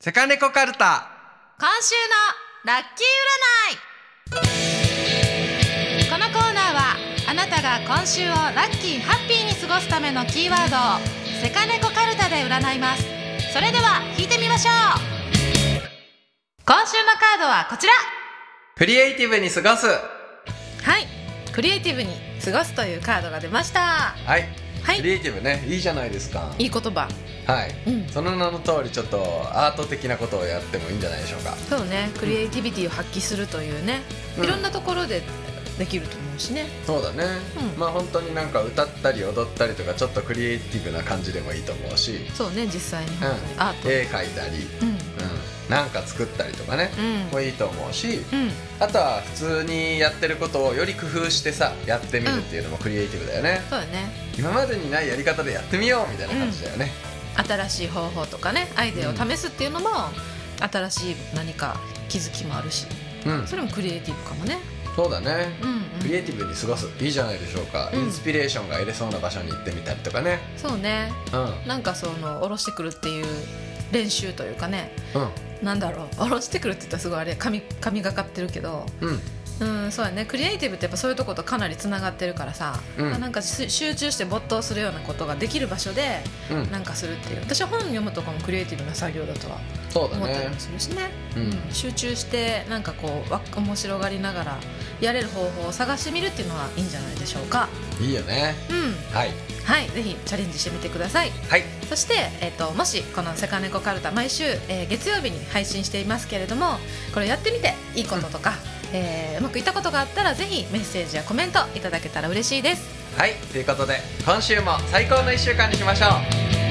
セカネコカルタ今週のラッキー占いこのコーナーはあなたが今週をラッキーハッピーに過ごすためのキーワードをセカネコカルタで占いますそれでは引いてみましょう今週のカードはこちらクリエイティブに過ごすははいクリエイティブに過ごすというカードが出ましたい、はいクリエイティブねいいじゃないですかいい言葉はい、うんその名の通りちょっとアート的なことをやってもいいんじゃないでしょうかそうねクリエイティビティを発揮するというね、うんいろんなところでできると思うしねそうだね、うんまあ本当になんか歌ったり踊ったりとかちょっとクリエイティブな感じでもいいと思うし、そうね実際にうん本当にアート、絵描いたり、うんうん、なんか作ったりとかね、うんもういいと思うしうん、あとは普通にやってることをより工夫してさやってみるっていうのもクリエイティブだよね、そうだね今までにないやり方でやってみようみたいな感じだよね、新しい方法とかねアイデアを試すっていうのも新しい何か気づきもあるしうんそれもクリエイティブかもねそうだね、うんうクリんエイティブに過ごすいいじゃないでしょうか、うんインスピレーションが得れそうな場所に行ってみたりとかねそうねうんうんなんかその下ろしてくるっていう練習というかねなんだろう下ろしてくるって言ったらすごいあれ神神がかってるけどうんうんそうやねクリエイティブってやっぱそういうとことかなりつながってるからさ、うんなんかし集中して没頭するようなことができる場所でうんなんかするっていう私は本読むとかもクリエイティブな作業だとはそうだ思ったりねもするしねうん集中してなんかこうわ面白がりながらやれる方法を探してみるっていうのはいいんじゃないでしょうかいいよねうんはいはいぜひチャレンジしてみてくださいはいそして、えっともしこの「セカネコカルタ」毎週、えー月曜日に配信していますけれどもこれやってみていいこととか、えーうまくいったことがあったらぜひメッセージやコメントいただけたら嬉しいですはいということで今週も最高の1週間にしましょう